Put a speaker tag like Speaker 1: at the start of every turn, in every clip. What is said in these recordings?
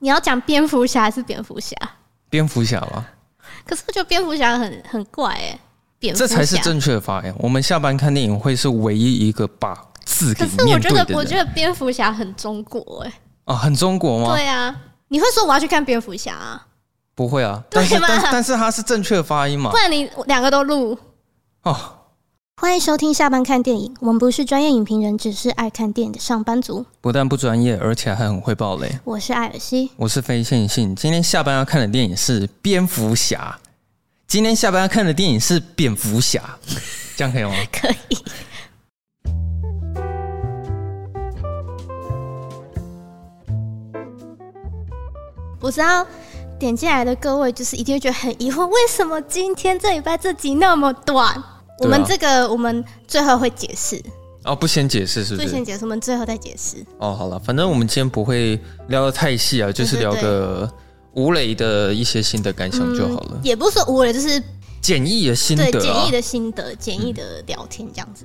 Speaker 1: 你要讲蝙蝠侠还是蝙蝠侠？
Speaker 2: 蝙蝠侠吧，
Speaker 1: 可是我觉得蝙蝠侠很很怪哎、蝙蝠侠
Speaker 2: 这才是正确的发言。我们下班看电影会是唯一一个把字给
Speaker 1: 可是我
Speaker 2: 面
Speaker 1: 觉
Speaker 2: 对的
Speaker 1: 得
Speaker 2: 人。，
Speaker 1: 我觉得蝙蝠侠很中国哎、
Speaker 2: 啊，很中国吗？
Speaker 1: 对啊，你会说我要去看蝙蝠侠啊？
Speaker 2: 不会啊，
Speaker 1: 对
Speaker 2: 但是
Speaker 1: 吗
Speaker 2: 但但是它是正确的发音嘛
Speaker 1: 不？然你两个都录。
Speaker 2: 哦，
Speaker 1: 欢迎收听下班看电影，我们不是专业影评人，只是爱看电影的上班族。
Speaker 2: 不但不专业，而且还很会爆雷。
Speaker 1: 我是艾尔西，
Speaker 2: 我是非线性，今天下班要看的电影是《蝙蝠侠》，今天下班要看的电影是《蝙蝠侠》，这样可以吗？
Speaker 1: 可以。我知道点进来的各位就是一定会觉得很疑惑，为什么今天这礼拜这集那么短？
Speaker 2: 啊
Speaker 1: 我们这个我们最后会解释，
Speaker 2: 哦，不先解释是不
Speaker 1: 最
Speaker 2: 是
Speaker 1: 先？解释，我们最后再解释。
Speaker 2: 哦，好了，反正我们今天不会聊得太细啊，就是聊个吴磊的一些心得感想就好了，
Speaker 1: 也不是说无聊，就是
Speaker 2: 简易的嗯心得、
Speaker 1: 对
Speaker 2: 啊。嗯
Speaker 1: 简易的心得、简易的聊天这样子。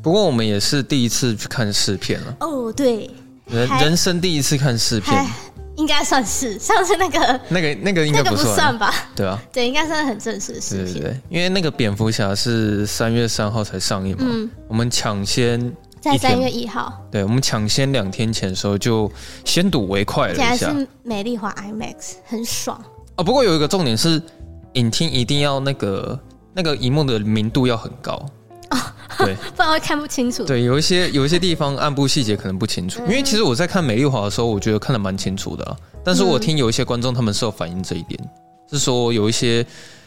Speaker 2: 不过我们也是第一次去看试片了，
Speaker 1: 哦，对，
Speaker 2: 人
Speaker 1: 还
Speaker 2: 人生第一次看试片
Speaker 1: 还，应该算是上次那个
Speaker 2: 那个那个应
Speaker 1: 那
Speaker 2: 该
Speaker 1: 个不
Speaker 2: 算，
Speaker 1: 算吧？
Speaker 2: 对啊，
Speaker 1: 对，应该算很正式的
Speaker 2: 对
Speaker 1: 事
Speaker 2: 对
Speaker 1: 情。
Speaker 2: 对，因为那个蝙蝠侠是三月三号才上映嘛，
Speaker 1: 嗯
Speaker 2: 我们抢先。
Speaker 1: 在
Speaker 2: 一天
Speaker 1: 三月一号，
Speaker 2: 对，我们抢先两天前的时候就先睹为快
Speaker 1: 而
Speaker 2: 了
Speaker 1: 且还
Speaker 2: 一
Speaker 1: 是
Speaker 2: 下啊、
Speaker 1: 美丽华 IMAX，很爽。
Speaker 2: 哦不过有一个重点是，影厅一定要那个那个荧幕的明度要很高。
Speaker 1: 哦
Speaker 2: 对，
Speaker 1: 不然会看不清 楚。
Speaker 2: 对，有一些有一些地方暗部细节可能不清
Speaker 1: 嗯
Speaker 2: 楚，因为其实我在看《美丽华》的时候，我觉得看得蛮清楚的、啊，但是我听有一些观众他们是有反映这一点，是说有一些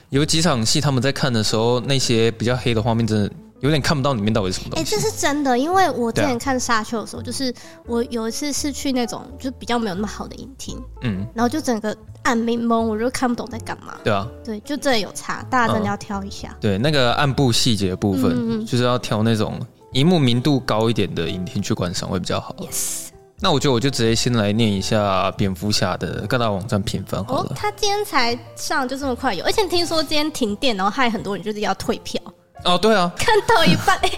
Speaker 2: 有几场戏他们在看的时候，那些比较黑的画面真的有点看不到里面到底是什么
Speaker 1: 哎、
Speaker 2: 东西。
Speaker 1: 这是真的，因为我之
Speaker 2: 对
Speaker 1: 前
Speaker 2: 啊
Speaker 1: 看《沙丘》的时候，就是我有一次是去那种就比较没有那么好的影厅，
Speaker 2: 嗯，
Speaker 1: 然后就整个暗mê蒙，我就看不懂在干嘛。
Speaker 2: 对啊，
Speaker 1: 对，就真的有差，大家真的要挑一下。
Speaker 2: 对啊那个暗部细节的部
Speaker 1: 嗯
Speaker 2: 分，就是要挑那种荧幕明度高一点的影厅去观赏会比较好。
Speaker 1: yes，
Speaker 2: 那我觉得我就直接先来念一下蝙蝠侠的各大网站评分好
Speaker 1: 哦
Speaker 2: 了，。
Speaker 1: 他今天才上就这么快有，而且听说今天停电，然后害很多人就是要退票，
Speaker 2: 哦，对啊，
Speaker 1: 看到一半，哎、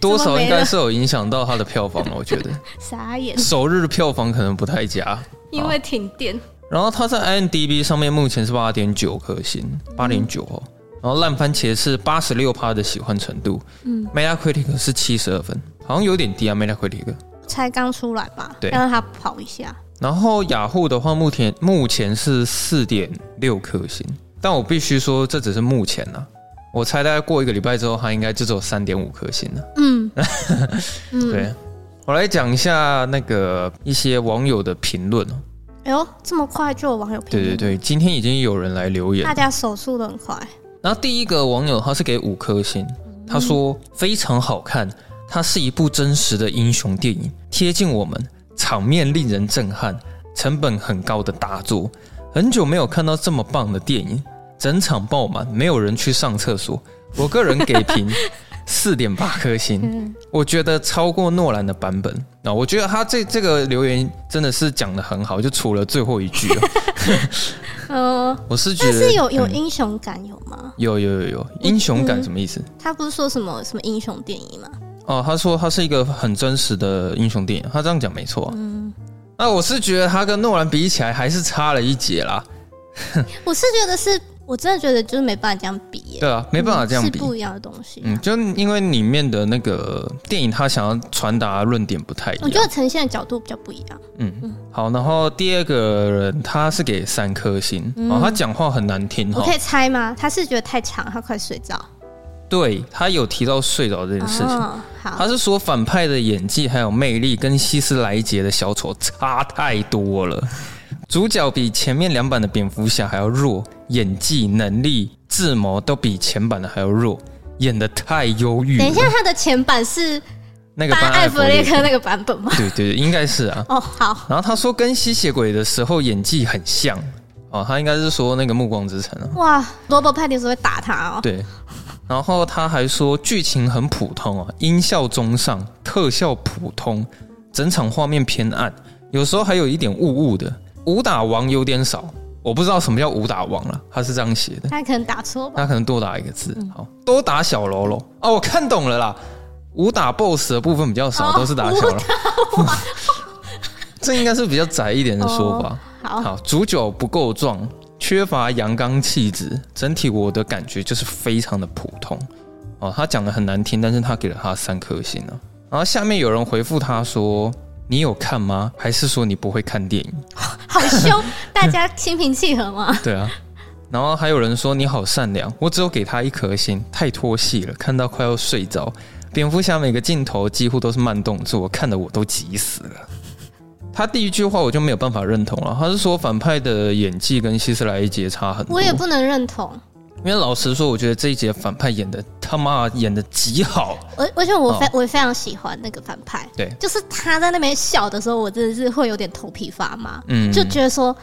Speaker 2: 多
Speaker 1: 怎么
Speaker 2: 少
Speaker 1: 没
Speaker 2: 应该
Speaker 1: 了
Speaker 2: 是有影响到它的票房了，我觉得。
Speaker 1: 傻 眼，
Speaker 2: 首日票房可能不太佳，
Speaker 1: 因为停电。
Speaker 2: 然后它在 IMDB 上面目前是八点九颗星，八点九哦。然后烂番茄是八十六趴的喜欢程度，嗯，Metacritic 是七十二分，好像有点低啊，Metacritic。
Speaker 1: 才刚出来吧，
Speaker 2: 对
Speaker 1: 让他跑一下。
Speaker 2: 然后雅虎的话，目前目前是四点六颗星，但我必须说这只是目前啊，我猜大概过一个礼拜之后，它应该就只有三点五颗星了。
Speaker 1: 嗯，
Speaker 2: 对，我来讲一下那个一些网友的评论哦。
Speaker 1: 哎呦，这么快就有网友评
Speaker 2: 对
Speaker 1: 论，
Speaker 2: 对对，今天已经有人来留言了
Speaker 1: 大，家手速的很快，
Speaker 2: 然后第一个网友他是给五颗星，
Speaker 1: 嗯
Speaker 2: 他说非常好看，它是一部真实的英雄电影，贴近我们，场面令人震撼，成本很高的大作，很久没有看到这么棒的电影，整场爆满，没有人去上厕所。我个人给 评四点八颗星，我觉得超过诺兰的版本。那、我觉得他这这个留言真的是讲的很好，就除了最后一句哦、
Speaker 1: 嗯、
Speaker 2: 我是觉
Speaker 1: 但
Speaker 2: 得
Speaker 1: 是有有
Speaker 2: 嗯
Speaker 1: 英雄感有吗？
Speaker 2: 有有有有英雄感
Speaker 1: 嗯
Speaker 2: 什么意思？
Speaker 1: 他不是说什么什么英雄电影吗？
Speaker 2: 哦，他说他是一个很真实的英雄电影，他这样讲没错、嗯，那我是觉得他跟诺兰比起来还是差了一截啦。
Speaker 1: 我是觉得是，我真的觉得就是没办法这样比耶、
Speaker 2: 对啊，没办法这样比
Speaker 1: 嗯是。不一样的东西、啊
Speaker 2: 嗯，就因为里面的那个电影，他想要传达的论点不太一
Speaker 1: 我觉
Speaker 2: 样。
Speaker 1: 得呈现的角度比较不一样。
Speaker 2: 嗯，好，然后第二个人他是给三颗星，
Speaker 1: 嗯
Speaker 2: 哦，他讲话很难听哦
Speaker 1: 我
Speaker 2: 哈
Speaker 1: 可。以猜吗？他是觉得太长，他快睡着。
Speaker 2: 对他有提到睡着这件事情，
Speaker 1: 哦、好
Speaker 2: 他，是说反派的演技还有魅力跟希斯莱杰的小丑差太多了，主角比前面两版的蝙蝠侠还要弱，演技、能力、智谋都比前版的还要弱，演的太忧郁了。
Speaker 1: 等一下，他的前版是
Speaker 2: 那个
Speaker 1: 班
Speaker 2: 班艾
Speaker 1: 艾
Speaker 2: 弗
Speaker 1: 弗列
Speaker 2: 列
Speaker 1: 克那个版本吗？
Speaker 2: 对对，对应该是啊。
Speaker 1: 哦，好，
Speaker 2: 然后他说跟吸血鬼的时候演技很像哦，他应该是说那个暮光之城啊。
Speaker 1: 哇，罗伯派丁斯会打他哦。
Speaker 2: 对，然后他还说剧情很普通啊，音效中上，特效普通，整场画面偏暗，有时候还有一点雾雾的，武打王有点少，我不知道什么叫武打王了，啊他是这样写的，
Speaker 1: 他可能打错吧。嗯
Speaker 2: 他可能多打一个字，好，多打小喽啰哦，我看懂了啦，武打 BOSS 的部分比较少，
Speaker 1: 哦
Speaker 2: 都是打小喽。这应该是比较窄一点的说法。
Speaker 1: 哦好，
Speaker 2: 好，主角不够壮，缺乏阳刚气质，整体我的感觉就是非常的普通。哦，他讲的很难听，但是他给了他三颗星啊。然后下面有人回复他说：“你有看吗？还是说你不会看电影
Speaker 1: 好 凶，大家心平气和嘛。？”
Speaker 2: 对啊。然后还有人说：“你好善良，我只有给他一颗星，太拖戏了，看到快要睡着。蝙蝠侠每个镜头几乎都是慢动作，看得我都急死了。”他第一句话我就没有办法认同了，他是说反派的演技跟希斯莱杰差很多。
Speaker 1: 我也不能认同，
Speaker 2: 因为老实说，我觉得这一节反派演的他妈演的极好，
Speaker 1: 而而且我非、
Speaker 2: 哦
Speaker 1: 我非常喜欢那个反派，
Speaker 2: 对，
Speaker 1: 就是他在那边笑的时候，我真的是会有点头皮发麻，
Speaker 2: 嗯，
Speaker 1: 就觉得说，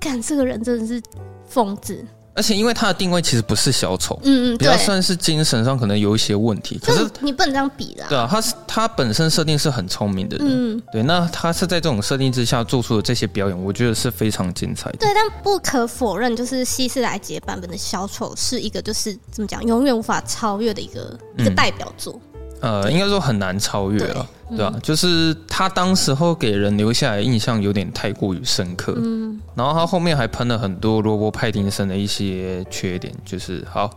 Speaker 1: 干这个人真的是疯子，
Speaker 2: 而且因为他的定位其实不是小丑，
Speaker 1: 嗯嗯，
Speaker 2: 比较
Speaker 1: 对，
Speaker 2: 算是精神上可能有一些问题，可
Speaker 1: 就是
Speaker 2: 是。
Speaker 1: 你不能这样比啦，
Speaker 2: 对啊，他是他本身设定是很聪明的人，
Speaker 1: 嗯，
Speaker 2: 对，那他是在这种设定之下做出的这些表演，我觉得是非常精彩的。
Speaker 1: 对，但不可否认，就是希斯莱杰版本的小丑是一个就是怎么讲，永远无法超越的一个、一个
Speaker 2: 嗯
Speaker 1: 代表作，
Speaker 2: 呃，应该说很难超越了，
Speaker 1: 对嗯
Speaker 2: 对吧、就是他当时候给人留下来的印象有点太过于深刻，
Speaker 1: 嗯，
Speaker 2: 然后他后面还喷了很多罗伯·派丁森的一些缺点，就是好，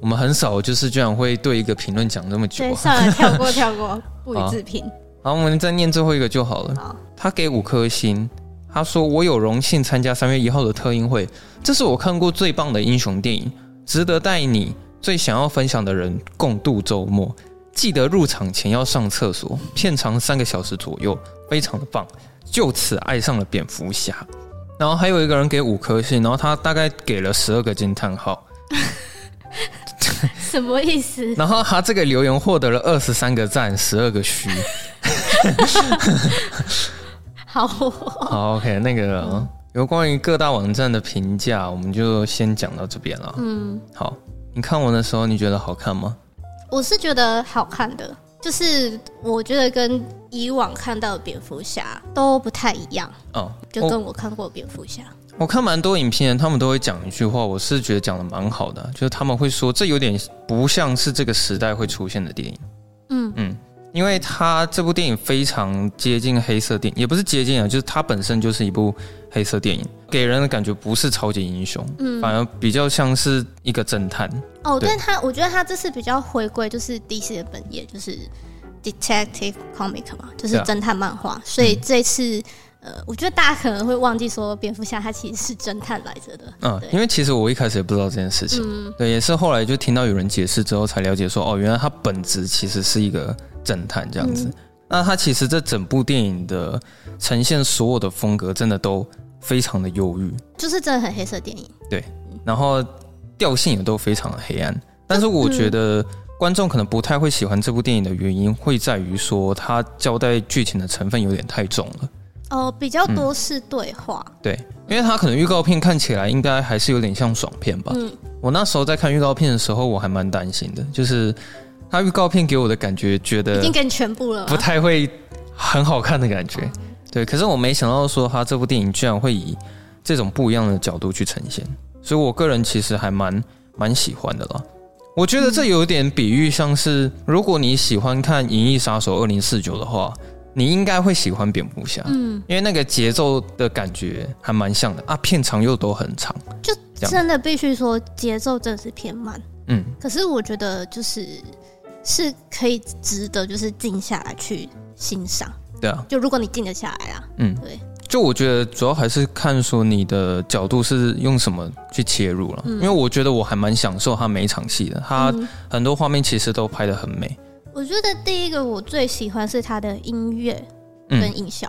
Speaker 2: 我们很少就是居然会对一个评论讲这么久、
Speaker 1: 对，
Speaker 2: 啊。
Speaker 1: 算了，跳过跳过，不予
Speaker 2: 好
Speaker 1: 置评，
Speaker 2: 好，我们再念最后一个就好了。
Speaker 1: 好，
Speaker 2: 他给五颗星，他说我有荣幸参加三月一号的特映会，这是我看过最棒的英雄电影，值得带你最想要分享的人共度周末。记得入场前要上厕所，片长三个小时左右，非常的棒。就此爱上了蝙蝠侠。然后还有一个人给五颗星，然后他大概给了十二个惊叹号，
Speaker 1: 什么意思？
Speaker 2: 然后他这个留言获得了二十三个赞，十二个虚。
Speaker 1: 好，
Speaker 2: 好，OK，那
Speaker 1: 嗯
Speaker 2: 个、嗯有关于各大网站的评价，我们就先讲到这边了。
Speaker 1: 嗯，
Speaker 2: 好，你看完的时候，你觉得好看吗？
Speaker 1: 我是觉得好看的，就是我觉得跟以往看到的蝙蝠侠都不太一样，
Speaker 2: 哦，
Speaker 1: 就
Speaker 2: 我
Speaker 1: 跟我看过的蝙蝠侠，
Speaker 2: 我看蛮多影片，他们都会讲一句话，我是觉得讲的蛮好的，就是他们会说这有点不像是这个时代会出现的电影，
Speaker 1: 嗯
Speaker 2: 嗯，因为它这部电影非常接近黑色电影，也不是接近啊，就是它本身就是一部黑色电影，给人的感觉不是超级英雄，
Speaker 1: 嗯，
Speaker 2: 反而比较像是一个侦探，
Speaker 1: 哦，
Speaker 2: 对
Speaker 1: 但他我觉得他这次比较回归就是 DC 的本业，就是 detective comic 嘛，就是
Speaker 2: 对啊嗯
Speaker 1: 侦探漫画，所以这次。呃，我觉得大家可能会忘记说，蝙蝠侠他其实是侦探来着的，
Speaker 2: 嗯
Speaker 1: 对，
Speaker 2: 因为其实我一开始也不知道这件事情，对，也是后来就听到有人解释之后才了解说，哦，原来他本质其实是一个侦探这样子。那他其实这整部电影的呈现所有的风格真的都非常的忧郁，
Speaker 1: 就是真的很黑色电影。
Speaker 2: 然后调性也都非常的黑暗。但是我觉得观众可能不太会喜欢这部电影的原因，会在于说它交代剧情的成分有点太重了。
Speaker 1: 哦，比较
Speaker 2: 嗯
Speaker 1: 多是对话，
Speaker 2: 对，因为它可能预告片看起来应该还是有点像爽片吧。
Speaker 1: 嗯
Speaker 2: 我那时候在看预告片的时候，我还蛮担心的，就是它预告片给我的感觉，觉
Speaker 1: 已
Speaker 2: 得
Speaker 1: 经给你全部了吧。
Speaker 2: 不太会很好看的感觉。对，可是我没想到说他这部电影居然会以这种不一样的角度去呈现，所以我个人其实还蛮蛮喜欢的啦。我觉得这有点比喻，像是如果你喜欢看《银翼杀手二零四九》的话，你应该会喜欢蝙蝠侠，
Speaker 1: 嗯，
Speaker 2: 因为那个节奏的感觉还蛮像的啊，片长又都很长，
Speaker 1: 就
Speaker 2: 这样
Speaker 1: 真的必须说节奏真的是偏慢，
Speaker 2: 嗯，
Speaker 1: 可是我觉得就是是可以值得就是静下来去欣赏。
Speaker 2: 对啊，
Speaker 1: 就如果你静得下来啊，
Speaker 2: 嗯，
Speaker 1: 对，
Speaker 2: 就我觉得主要还是看说你的角度是用什么去切入了，因为我觉得我还蛮享受他每一场戏的，他
Speaker 1: 嗯
Speaker 2: 很多画面其实都拍得很美。
Speaker 1: 我觉得第一个我最喜欢是他的音乐
Speaker 2: 嗯
Speaker 1: 跟音效，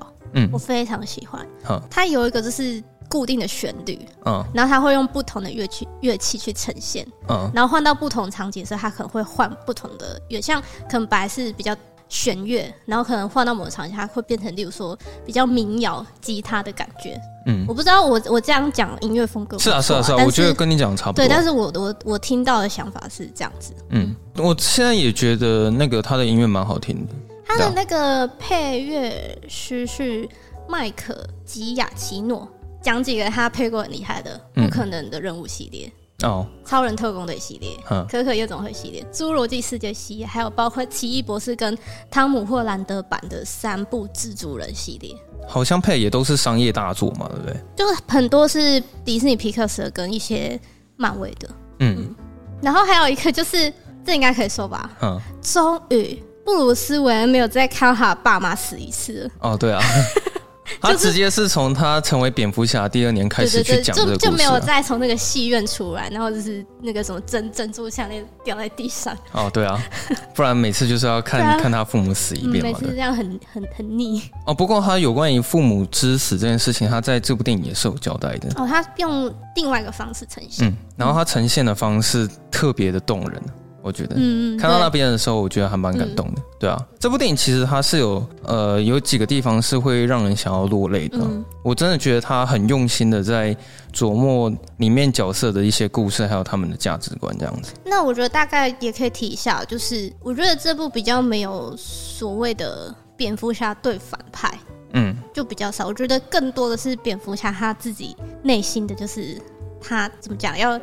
Speaker 1: 我
Speaker 2: 嗯
Speaker 1: 非常喜欢。
Speaker 2: 好
Speaker 1: 它有一个就是固定的旋律，
Speaker 2: 嗯
Speaker 1: 然后它会用不同的乐器乐器去呈现，
Speaker 2: 嗯
Speaker 1: 然后换到不同场景的时候，它可能会换不同的乐，像可能本来是比较弦乐，然后可能换到某个场景，它会变成例如说比较民谣吉他的感觉。
Speaker 2: 嗯，
Speaker 1: 我不知道我我这样讲音乐风格
Speaker 2: 是啊
Speaker 1: 没
Speaker 2: 是
Speaker 1: 错
Speaker 2: 啊是啊，
Speaker 1: 但
Speaker 2: 我觉得跟你讲得差不多
Speaker 1: 对，。但是我我我听到的想法是这样子，
Speaker 2: 嗯，我现在也觉得那个他的音乐蛮好听的。
Speaker 1: 他的那个配乐师是麦克吉雅奇诺，讲几个他配过很厉害的《
Speaker 2: 嗯
Speaker 1: 不可能的任务》系列、
Speaker 2: 哦，
Speaker 1: 超人特工队》系列、
Speaker 2: 嗯
Speaker 1: 可可夜总会系列、侏罗纪世界系列，还有包括奇异博士跟汤姆霍兰德版的三部蜘蛛人系列。
Speaker 2: 好像配也都是商业大作嘛，对不对？
Speaker 1: 就是很多是迪士尼、皮克斯跟一些漫威的。
Speaker 2: 嗯
Speaker 1: 然后还有一个就是，这应该可以说吧？
Speaker 2: 嗯，
Speaker 1: 终于，布鲁斯韦恩没有再看到他爸妈死一次了。
Speaker 2: 哦， 对啊，他直接是从他成为蝙蝠侠第二年开
Speaker 1: 对
Speaker 2: 始
Speaker 1: 对
Speaker 2: 去
Speaker 1: 对，
Speaker 2: 讲这
Speaker 1: 就
Speaker 2: 个
Speaker 1: 就
Speaker 2: 故
Speaker 1: 没
Speaker 2: 事、
Speaker 1: 有
Speaker 2: 啊。
Speaker 1: 再从那个戏院出来，然后就是那个什么珍珍珠项链掉在地上，
Speaker 2: 哦，对啊，不然每次就是要看、
Speaker 1: 对啊
Speaker 2: 看他父母死一
Speaker 1: 嗯、
Speaker 2: 遍
Speaker 1: 每
Speaker 2: 嘛。
Speaker 1: 次
Speaker 2: 对
Speaker 1: 这样很很很腻。
Speaker 2: 哦，不过他有关于父母之死这件事情，他在这部电影也是有交代的。
Speaker 1: 哦，他用另外一个方式呈现。
Speaker 2: 嗯，然后他呈现的方式特别的动人，我觉得。
Speaker 1: 嗯，嗯
Speaker 2: 看到那
Speaker 1: 对嗯
Speaker 2: 边的时候，我觉得还蛮感动的。对啊，这部电影其实它是有呃有几个地方是会让人想要落泪的。
Speaker 1: 嗯
Speaker 2: 我真的觉得他很用心的在琢磨里面角色的一些故事，还有他们的价值观这样子。
Speaker 1: 那我觉得大概也可以提一下，就是我觉得这部比较没有所谓的蝙蝠侠对反派，
Speaker 2: 嗯，
Speaker 1: 就比较少。我觉得更多的是蝙蝠侠他自己内心的，就是他怎么讲，要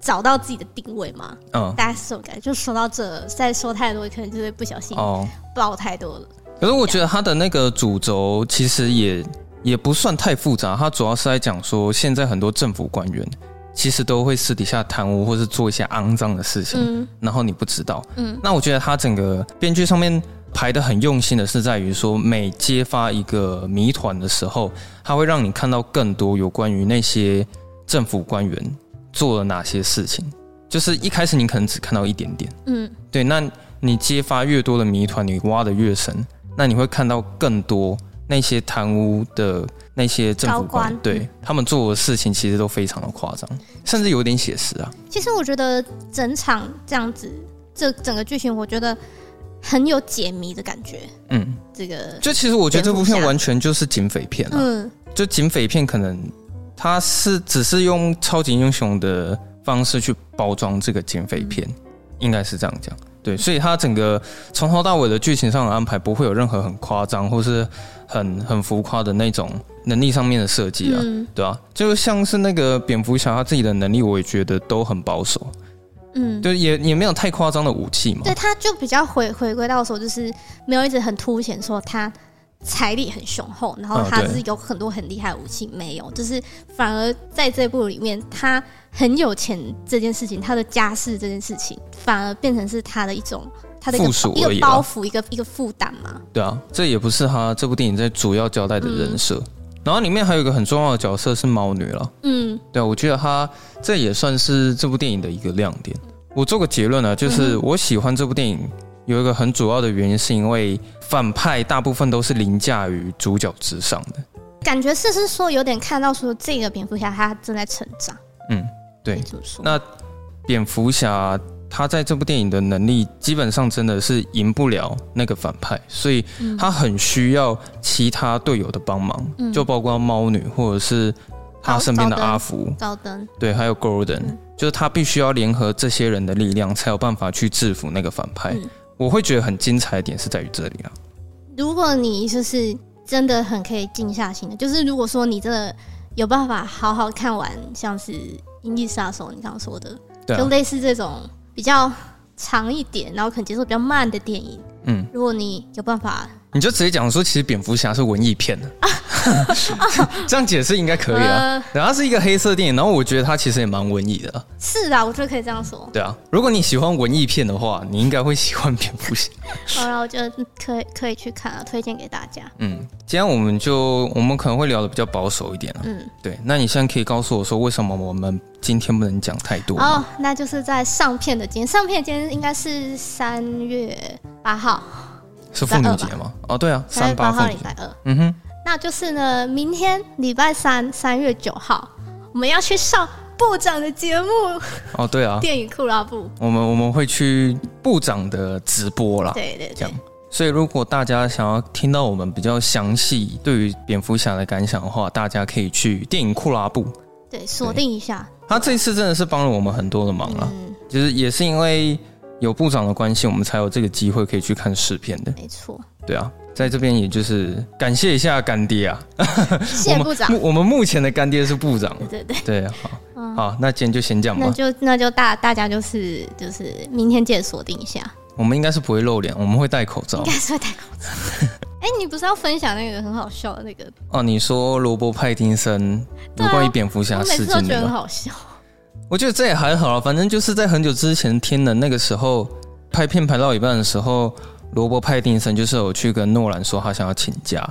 Speaker 1: 找到自己的定位嘛。
Speaker 2: 嗯，
Speaker 1: 大概是这种感觉。就说到这，再说太多可能就会不小心
Speaker 2: 哦。
Speaker 1: 爆太多了。
Speaker 2: 可是我觉得他的那个主轴其实也也不算太复杂，他主要是在讲说，现在很多政府官员其实都会私底下贪污或是做一些肮脏的事情，
Speaker 1: 嗯
Speaker 2: 然后你不知道。
Speaker 1: 嗯
Speaker 2: 那我觉得他整个编剧上面排的很用心的是在于说，每揭发一个谜团的时候，他会让你看到更多有关于那些政府官员做了哪些事情。就是一开始你可能只看到一点点，
Speaker 1: 嗯
Speaker 2: 对，那你揭发越多的谜团，你挖的越深，那你会看到更多那些贪污的那些政
Speaker 1: 高
Speaker 2: 府官，
Speaker 1: 官
Speaker 2: 对
Speaker 1: 嗯
Speaker 2: 他们做的事情其实都非常的夸张，甚至有点写实啊。
Speaker 1: 其实我觉得整场这样子，这整个剧情我觉得很有解谜的感觉。
Speaker 2: 嗯，
Speaker 1: 这个
Speaker 2: 就其实我觉得这部
Speaker 1: 蝙
Speaker 2: 片
Speaker 1: 蝠侠
Speaker 2: 完全就是警匪片啊，
Speaker 1: 嗯。
Speaker 2: 就警匪片可能它是只是用超级英雄的方式去包装这个警匪片，应该是这样讲。对，所以它整个从头到尾的剧情上的安排不会有任何很夸张或是很很浮夸的那种能力上面的设计啊，
Speaker 1: 嗯
Speaker 2: 对啊，就像是那个蝙蝠侠他自己的能力，我也觉得都很保守，
Speaker 1: 嗯，
Speaker 2: 就也也没有太夸张的武器嘛。
Speaker 1: 对，他就比较回回归到说，就是没有一直很凸显说他财力很雄厚，然后
Speaker 2: 啊
Speaker 1: 他
Speaker 2: 对
Speaker 1: 是有很多很厉害的武器，没有，就是反而在这部里面，他很有钱这件事情，他的家世这件事情，反而变成是他的一种他的一个
Speaker 2: 附属
Speaker 1: 一
Speaker 2: 而
Speaker 1: 个
Speaker 2: 已啦
Speaker 1: 包袱，一个一个负担嘛。
Speaker 2: 对啊，这也不是他这部电影在主要交代的人设。然后里面还有一个很重要的角色是猫女了，
Speaker 1: 嗯
Speaker 2: 对啊、我觉得她这也算是这部电影的一个亮点。我做个结论啊，就是我喜欢这部电影有一个很主要的原因，是因为反派大部分都是凌驾于主角之上的。
Speaker 1: 感觉是是说有点看到说这个蝙蝠侠他正在成长，
Speaker 2: 嗯，对。
Speaker 1: 怎么说？
Speaker 2: 那蝙蝠侠他在这部电影的能力基本上真的是赢不了那个反派，所以他很需要其他队友的帮忙，
Speaker 1: 嗯
Speaker 2: 就包括猫女或者是他身边的
Speaker 1: 高高登
Speaker 2: 阿福，
Speaker 1: 高登，
Speaker 2: 对，还有 Golden，、就是
Speaker 1: 嗯
Speaker 2: 他必须要联合这些人的力量，才有办法去制服那个反派。
Speaker 1: 嗯
Speaker 2: 我会觉得很精彩的点是在于这里啊，
Speaker 1: 如果你就是真的很可以静下心的，就是如果说你真的有办法好好看完，像是《银翼杀手》你刚刚说的，
Speaker 2: 对
Speaker 1: 就
Speaker 2: 啊，
Speaker 1: 类似这种比较长一点，然后可能节奏比较慢的电影，
Speaker 2: 嗯，
Speaker 1: 如果你有办法，
Speaker 2: 你就直接讲说，其实蝙蝠侠是文艺片的， 这样解释应该可以啊。
Speaker 1: 啊呃，
Speaker 2: 然后它是一个黑色电影，然后我觉得它其实也蛮文艺的啊、
Speaker 1: 是啦，我觉得可以这样说。
Speaker 2: 对啊，如果你喜欢文艺片的话，你应该会喜欢蝙 蝠侠。
Speaker 1: 好了，我觉得可以可以去看啊，推荐给大家。
Speaker 2: 嗯，今天我们就我们可能会聊的比较保守一点啊。
Speaker 1: 嗯，
Speaker 2: 对，那你现在可以告诉我说，为什么我们今天不能讲太多吗？
Speaker 1: 哦，那就是在上片的今天，上片今天应该是三月八号，
Speaker 2: 是妇女节吗？哦，对啊，
Speaker 1: 三
Speaker 2: 三
Speaker 1: 月八
Speaker 2: 八妇
Speaker 1: 号
Speaker 2: 女
Speaker 1: 礼
Speaker 2: 节。
Speaker 1: 拜二。
Speaker 2: 嗯哼，
Speaker 1: 那就是呢，明天礼拜三，三月九号，我们要去上部长的节目《
Speaker 2: 哦，对啊，
Speaker 1: 电影库拉布》。
Speaker 2: 我们我们会去部长的直播啦。
Speaker 1: 对对
Speaker 2: 这
Speaker 1: 对
Speaker 2: 样，所以如果大家想要听到我们比较详细对于蝙蝠侠的感想的话，大家可以去电影库拉布。
Speaker 1: 对，锁定一下。
Speaker 2: 他这次真的是帮了我们很多的忙啦，
Speaker 1: 嗯，
Speaker 2: 就是也是因为有部长的关系，我们才有这个机会可以去看试片的。
Speaker 1: 没错，
Speaker 2: 对啊，在这边也就是感谢一下干爹啊，
Speaker 1: 谢谢部长
Speaker 2: 我。们目我们目前的干爹是部长。
Speaker 1: 对对对，
Speaker 2: 对，啊好，好，那今天就先这样
Speaker 1: 嗯
Speaker 2: 吧
Speaker 1: 那。就那就大大家就是就是明天记得锁定一下，
Speaker 2: 我们应该是不会露脸，我们会戴口罩
Speaker 1: 应该。是会戴口罩。哎、哎、你不是要分享那个很好笑的那个？
Speaker 2: 哦，你说罗伯·派丁森
Speaker 1: 对
Speaker 2: 有
Speaker 1: 啊
Speaker 2: 关于蝙蝠侠
Speaker 1: 我每
Speaker 2: 事
Speaker 1: 次都
Speaker 2: 件
Speaker 1: 觉得
Speaker 2: 的
Speaker 1: 很
Speaker 2: 吗？
Speaker 1: 好笑。
Speaker 2: 我觉得这也还好啦，反正就是在很久之前，天能那个时候拍片拍到一半的时候，罗伯·派丁森就是有去跟诺兰说他想要请假，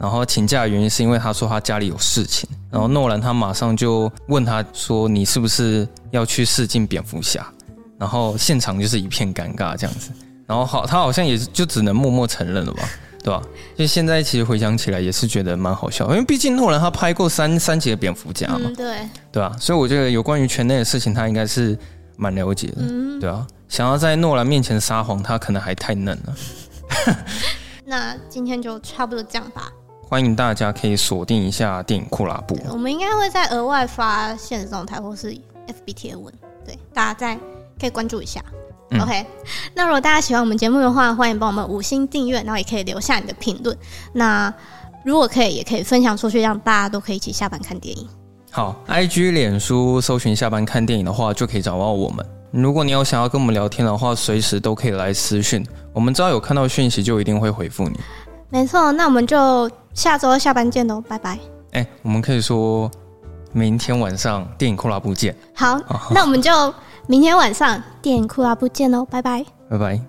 Speaker 2: 然后请假的原因是因为他说他家里有事情，然后诺兰他马上就问他说你是不是要去试镜蝙蝠侠？然后现场就是一片尴尬这样子，然后好他好像也是就只能默默承认了吧。对吧？就现在其实回想起来也是觉得蛮好笑，因为毕竟诺兰他拍过三三集的蝙蝠侠嘛，
Speaker 1: 嗯，对，
Speaker 2: 对啊，所以我觉得有关于圈内的事情，他应该是蛮了解的，
Speaker 1: 嗯，
Speaker 2: 对啊。想要在诺兰面前撒谎，他可能还太嫩了。
Speaker 1: 那今天就差不多这样吧。
Speaker 2: 欢迎大家可以锁定一下电影库拉部，
Speaker 1: 我们应该会再额外发现实动态或是 FB 贴文，对，大家再可以关注一下。
Speaker 2: 嗯
Speaker 1: OK，那如果大家喜欢我们节目的话，欢迎帮我们五星订阅，然后也可以留下你的评论。那如果可以，也可以分享出去，让大家都可以一起下班看电影。
Speaker 2: 好，IG、脸书搜寻下班看电影的话，就可以找到我们。如果你有想要跟我们聊天的话，随时都可以来私讯，我们只要有看到讯息就一定会回复你。
Speaker 1: 没错，那我们就下周下班见喽，拜拜。
Speaker 2: 哎、我们可以说明天晚上电影库拉部见，
Speaker 1: 好，那我们就明天晚上电影库拉布见喽，拜拜。
Speaker 2: 拜拜。